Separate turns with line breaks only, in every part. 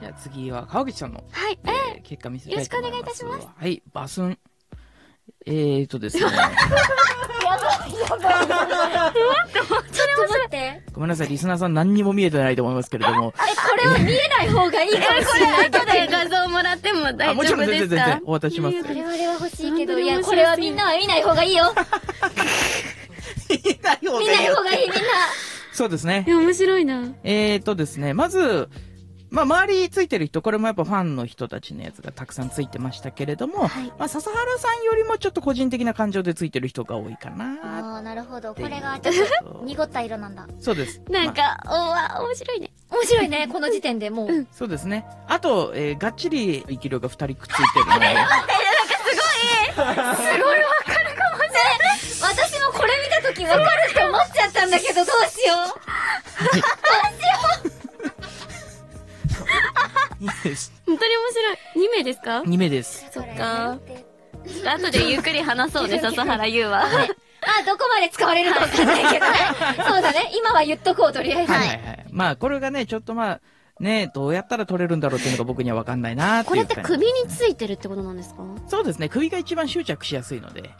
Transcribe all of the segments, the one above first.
じゃあ次は川口さんの、
はい、え
えー結果見せたいと思います。
よろしくお願いいた
します。はい、バスン。えーと ですね、
ちょっと待って。え、
ごめんなさい、リスナーさん何にも見えてないと思いますけれど も、
これは見えない方がいいかもしれない。
後で画像もらっても
あ、
大
も
丈
ちろん
夫
全
で
然全
すか
然お渡しします。
これはあれは欲しいけ
本当
ど、
に
いや、
面白い
これはみんなは見ない方がいいよ。見ない方がいい、みんな。
そうですね
い。や、面白いな。
えーとですね、まず、まあ、周りについてる人、これもやっぱファンの人たちのやつがたくさんついてましたけれども、
はい
まあ、笹原さんよりもちょっと個人的な感情でついてる人が多いかなっ
ああ、なるほど。
て
こ
いう
れがちょっと 濁った色なんだ。
そうです。
なん
まあ
か、おわ、面白いね。
面白いね、この時点でもう。
そうですね。あと、えーがっちり生き量が二人くっついてるの で、
すごいわかるかもね私もこれ見た時わかるって思っちゃったんだけどどうしよ
いいです。
本当に面白い。2名ですか
2名です。
う
そっかちょっと後でゆっくり話そう ね、
ゆっくり
笹原優は。
まあどこまで使われるかわかんないけどねそうだね今は言っとこうとりあえず、
はいはいはい。まあ、これがね、ちょっとまあ、ね、どうやったら取れるんだろうっていうのが僕にはわかんないなって
こ
い
れ
う
って
感じですね、
首についてるってことなんですか
そうですね。首が一番執着しやすいので、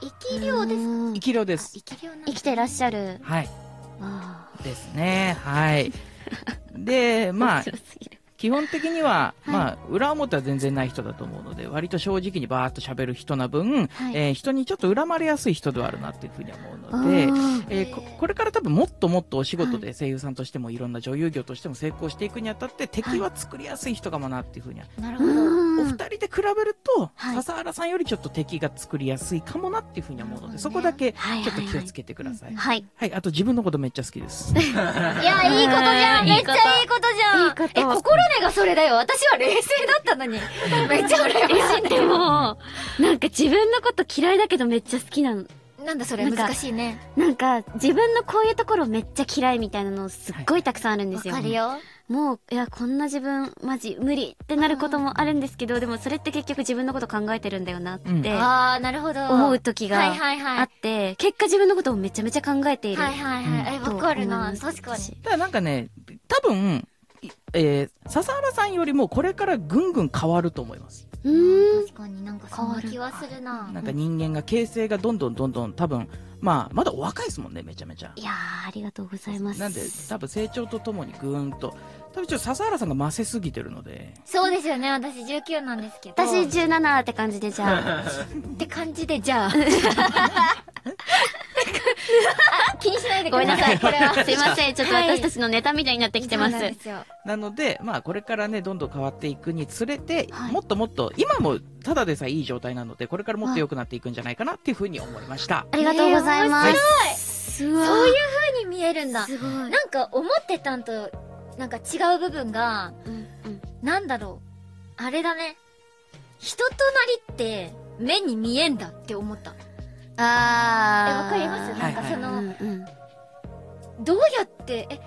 生き量です
うん
生き量です。
生き量なん
生きてらっしゃる。
はい。
あー
ですね。はい。で、まあ
面、白すぎる
基本的には、
はい
まあ、裏表は全然ない人だと思うので、割と正直にバーッと喋る人な分、
はい
えー人にちょっと恨まれやすい人ではあるなっていうふうには思う
あ
ので、
ー
えーここれから多分もっともっとお仕事で声優さんとしてもいろんな女優業としても成功していくにあたって、敵は作りやすい人かもなっていうふうには、
なる
う
お
ん
二人で比べると、
はい
笹原さんよりちょっと敵が作りやすいかもなっていうふうには思うので、
なる
そ
ほ
こ
どね
だけち
はいはいは
ょ
い
っと気をつけてください。はい
はい。
あと自分のことめっちゃ好きです。
いやいいことじゃん
いい
めっ
こと
ちゃいいことじゃん
いいこと
え心根がそれだよ私は冷静だったの にめっちゃ
い
羨ましい
や、
んだ
で
よ
も、なんか自分のこと嫌いだけどめっちゃ好きなの。
なんだそれ
なんか
難しいね
なんか、自分のこういうところめっちゃ嫌いみたいなのすっごいたくさんあるんで
わ
すよ。
かるよ
もう、いや、こんな自分、マジ無理ってなることもあるんですけど、でもそれって結局自分のこと考えてるんだよなっ
うん
て
ああなるほど
思う時
はい
が
はいはい
あって、結果自分のことをめちゃめちゃ考えている。
はいはいはい。え、
と
わかる
思い
な
ま。す
確かに。
ただなんかね、多分、いえー笹原さんよりもこれからぐんぐん変わると思います。
うーん。
確かになんかそんな気はするな。
なんか人間が形成がどんどんどんどん多分、まあ、まだお若いですもんね、めちゃめちゃ。
いやー、ありがとうございます。
なんで、多分成長とともにぐーんと、多分ちょっと笹原さんがませすぎてるので、
そうですよね。私19なんですけど。
私17って感じでじゃあ、
って感じで、じ ゃあ。あ気にしないでください。これ は。
すいません、ちょっと私たちのネタみたいになってきてま
そうなん
す。
ですよ
なので、まあ、これからね、どんどん変わっていくにつれて、
はい
もっともっと、今もただでさえいい状態なので、これからもっと良くなっていくんじゃないかなっていうふうに思いました。
ありがとうございま
えー
す。うわ
そういう風に見えるんだ。
すごい。
なんか思ってたんと、なんか違う部分が、なんだろう。あれだね。人となりって、目に見えんだって思った。えわ
あ
かります
なんかそ
の
うんうん
どうやって、え、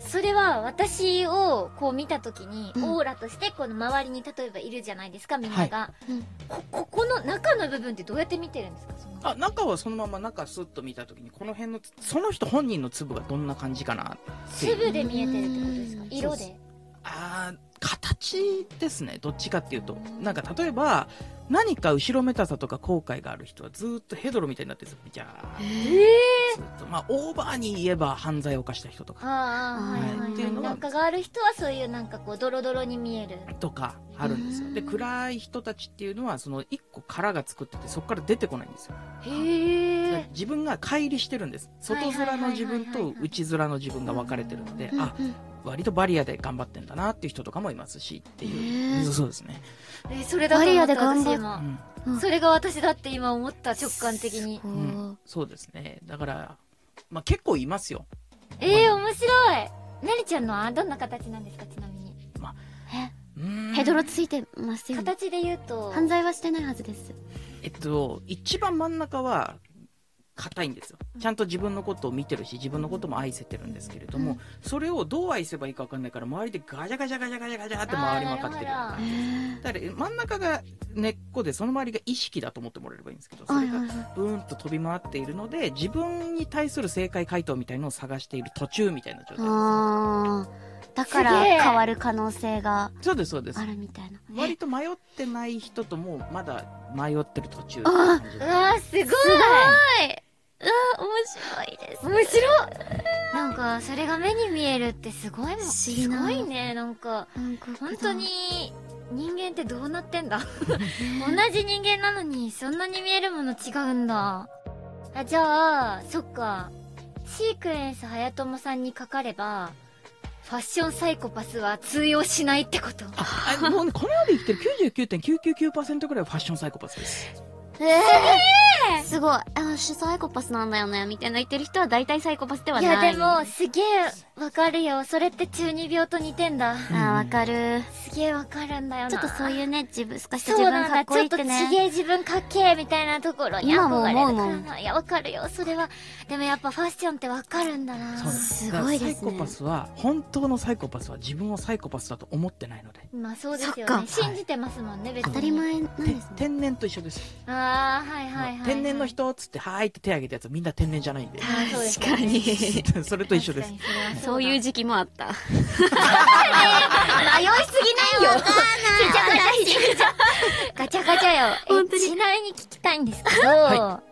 それは私をこう見たときに、
うん
オーラとしてこの周りに例えばいるじゃないですか、みんなが。
いうん
こ、ここの中の部分ってどうやって見てるんですかその
あ、中はそのまま中スッと見たときに、この辺の、その人本人の粒がどんな感じかなっていう。
粒で見えてるってことですか
うん
色
そう
で。
あー形ですねどっちかっていうとなんか例えば何か後ろめたさとか後悔がある人はずーっとヘドロみたいになってずじゃあずーっとまあオーバーに言えば犯罪を犯した人とか
ああ、はいはい
うんって
は
いう
い。
のは
なんかがある人はそういうなんかこう、ドロドロに見える。
とかあるんですよで暗い人たちっていうのはその一個殻が作っててそこから出てこないんですよ
へ
だから。自分が乖離してるんです外面の自分と内面の自分が分かれてるのであ
うん
割とバリアで頑張ってんだなっていう人とかもいますしってい
へー
うそうそうですね、
え、それだと思
バリ
っ
ア
た
で頑
う
私
張っ
今。
ん
うん
それが私だって今思った、直感的に
す。ごい
うんそうですねだから、まあ、結構いますよ
ええー、面白い。なりちゃんのはどんな形なんですか、ちなみに。
うーん
ヘドロついてますよね。
形で言うと。
犯罪はしてないはずです。
えっと一番真ん中は硬いんですよちゃんと自分のことを見てるし自分のことも愛せてるんですけれども、それをどう愛せばいいか分かんないから周りでガチャガチャガチャガチャガチャって周り回ってるような
あーなる
感
ほ
じだから真ん中が根っこでその周りが意識だと思ってもらえればいいんですけどそ
は
れ
いは
が
いはい
ブーンと飛び回っているので自分に対する正解回答みたいのを探している途中みたいな状態ですね
あーだから
すげえ
変わる可能性が
そうです、そうです
あ。るみたいな。
割と迷ってない人とも、まだ迷ってる途中って感じ
う
で。
わー、すごい
えうわ、面白いです。
面白いなんか、それが目に見えるってすごいもん。
不思議
す
な
ごいね、なんか。
なんか
本当に、人間ってどうなってんだ同
同じ
じ人間なのに、そんなに見えるもの違うんだ。あ、じゃあ、そっか。シークエンス早友さんにかかれば、ファッションサイコパスは通用しないってこと。
ああもうね、この世で生きてる99.999%ぐらいはファッションサイコパスです。
ええ
すごい。あ、私サイコパスなんだよね、みたいな言ってる人は大体サイコパスではいない。
や、で
あ
も、すげえ、わかるよ。それって中二病と似てんだ。
ー、わかる。
すげえわかるんだよな。
ちょっとそういうね、自分、すかして
そう
自分
なん
かっ
だ、
こ
ち
い
ょっ
いっ
と
て
ち
ね。
げえ自分かっけえみたいなところに
今も
憧れる
思うも
か
ん
らな。いや、わかるよ。それは、でもやっぱファッションってわかるんだな。
そうですす。
ご
だから
いですね
サイコパスは、本当のサイコパスは自分をサイコパスだと思ってないので。
まあそうですよ
そっ
ね。
か
信じてますもんね、別に。
当たり前なん
て
ですね。
天然と一緒です。
ああ、はいはいはいはい。
天然の。人っつって、はーいって手挙げたやつはみんな天然じゃないんで。
確
かに。
それと一緒です。
確かにそ
そう
れは
いう
う
時期もあった。
だ。迷いすぎ ないよ。ガチャガチャよ。え
本当に
ちなみに聞きたいんですけど、
は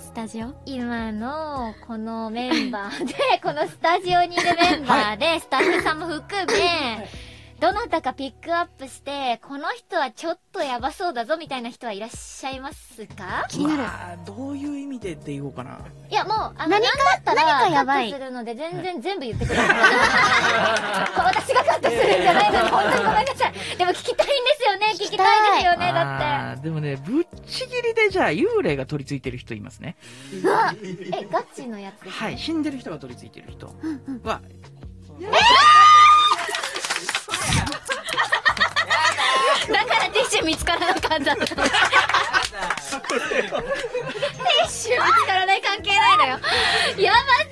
スタジオ
今のこのメンバーで、 このスタジオにいるメンバーで、スタッフさんも含め、どなたかピックアップして、この人はちょっとやばそうだぞみたいな人はいらっしゃいますか
気になる
うわーどういう意味でって言おうかな。
いや、もう、あの、
何か
何かあったら、
何かやばい
カットするので、全然全部言って ください。私がカットするんじゃないので、本当にごめんなさい。でも聞きたいんですよね、聞きたいですよね、だっ
あーでもね、ぶっちぎりでじゃあ幽霊が取り付いてる人いますね。
て。え、ガチのやつですね
はい、死んでる人が取り付いてる人は、
だからティッシュ見つからなかった。ティッシュ見つからない関係ないのよ。
やばす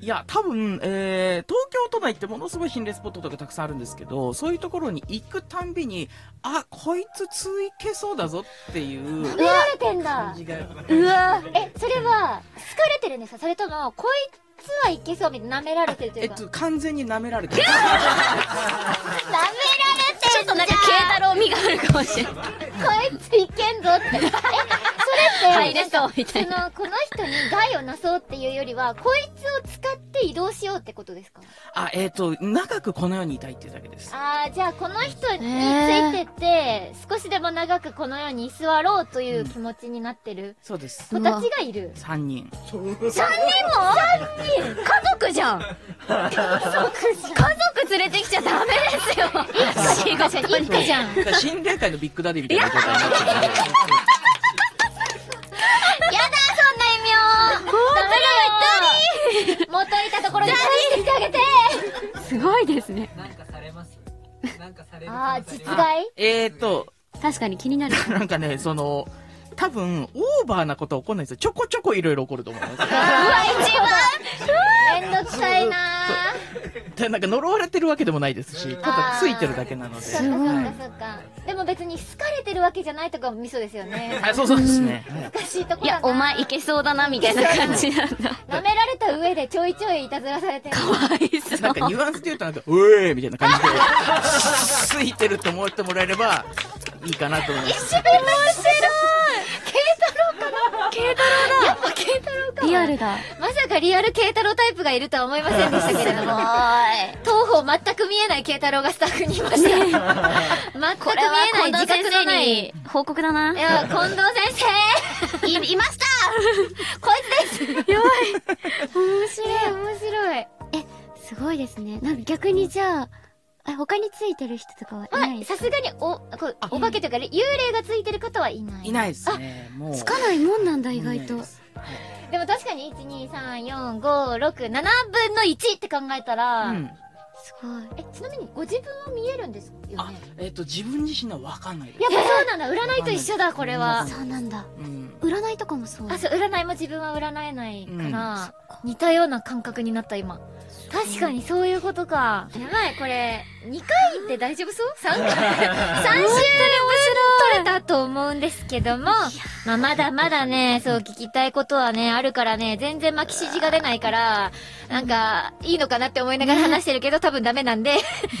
いや、多分、えー、東京都内ってものすごい心霊スポットとかたくさんあるんですけど、そういうところに行くたんびに、あ、こいつついけそうだぞっていう
ぎ褒められてんだ
感。じが。
うわえ、それは、好かれてるんですかそれとも、こいつはいけそうみたいな、舐められてるとい
え
う
っ
か。舐
と、完全に舐められてる。
められてんじゃん
ちょっとなんか、慶太郎味があるかもしれない。
こいついけんぞって。え、それって、
入れそうみたいな。
そのこの人に害をなそうっていうよりはこいつを使って移動しようってことですか
あ、えっ、と、長くこの世にいたいっていうだけです。
ああじゃあこの人についてって、少しでも長くこの世に居座ろうという気持ちになってる
そうです。
子たちがいる
3人。
家族じゃん家族連れてきちゃダメですよ一家じゃん
一家じゃん
だから心霊界のビッグダディみたいな状態になってる
やだそんな異名ダメだよ元いたところに返してきてあげて
すごいですね
なんかされますなんかされる
ああ
可能性
実
ります
害
えっと、
確かに気になる
なんかね、その、多分、オーバーなことは起こんないですよ。ちょこちょこいろいろ起こると思います。
う わ一番めんどくさいな
でなんか呪われてるわけでもないですし、ただついてるだけなので。
そっかそっ
は
か
い
そっかでも別に好かれてるわけじゃないとかもミソですよね
あ、そうそうですね。
難しいとこ
い
だな
やお前いけそうだなみたいな感じなんだ
舐められた上でちょいちょいいたずらされてる
かわいそう
なんかニュアンスで言うとなんか、うえーみたいな感じで、ついてると思ってもらえれば、いいかなと思います。
面白い慶太郎かな慶太郎だやっぱ慶太郎か
リアルだ
まさかリアル慶太郎タイプがいるとは思いませんでしたけれども東方全く見えない慶太郎がスタッフにい ました全く見え
これは
ない自覚のないい
報告だな
や近藤先生
いいました
こいつですやばい面白い面白い
すごいですねなんか逆にじゃああ他についてる人とかはいない
まあさすがにおこうお化けというか幽霊がついてる方はいない
いないですね。もう。
つかないもんなんだ意外と
いないです
でも確かに1234567分の1って考えたら、
うん。
すごい
えちなみにご自分は見えるんですよ
あ
ね、
えっと、自分自身のはわかんないです
やっぱそうなんだ占いと一緒だこれは
うん
そうなんだ
うん。
占いとかもそう
あそう占いも自分は占えないから、
こ
似たような感覚になった今確かにそういうことか。やばい、これ、2回って大丈夫そう ?3 回 ?3 週分取れたと思うんですけども、まあまだまだね、そう聞きたいことはね、あるからね、全然巻き指示が出ないから、なんか、いいのかなって思いながら話してるけど、多分ダメなんで。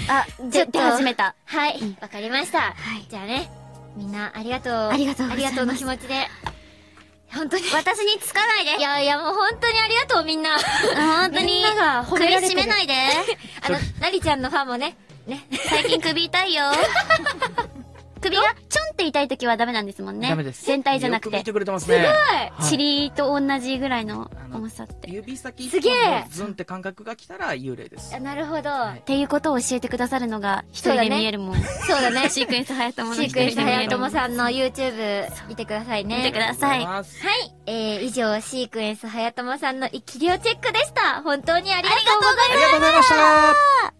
あ、
ち
じ
ょ
ゃ、
っと
出始めた。
はい
うん、
わかりました。
はい。
じゃあね、みんなありがとう。
ありがとうございます
ありがとうの気持ちで。本当に。
私につかないで
いやいや、もう本当にありがとう、みん な。
本当
みん
に
な、が褒
首
められて
絞
る
めない で。
あの、なりちゃんのファンもね、ね。
最近首痛いよ。首がちょんって痛い時はダメなんですもんね。
ダメです。
全体じゃなく
よく見
て
て。くれてますね。はい
尻と同じぐらいの
あの
重さって。っ
指先
すげえ
ズンって感覚が来たら幽霊です
あ。なるほど。
はい
ていうことを教えてくださるのが、一
そうだ
人で
ね
見えるもん。
そうだ ね。シ
シークエンス隼友の一
ー
人
クエンス
で見え
早
るも
友
ん。
さんの YouTube 見てくださいね。
見てくだ
あ
さ
り
い。
がとうござ
あ
ます
はい。えー、以上、シークエンス早友さんの生き量チェックでした。本当にありがとうございました。
ありがとうございました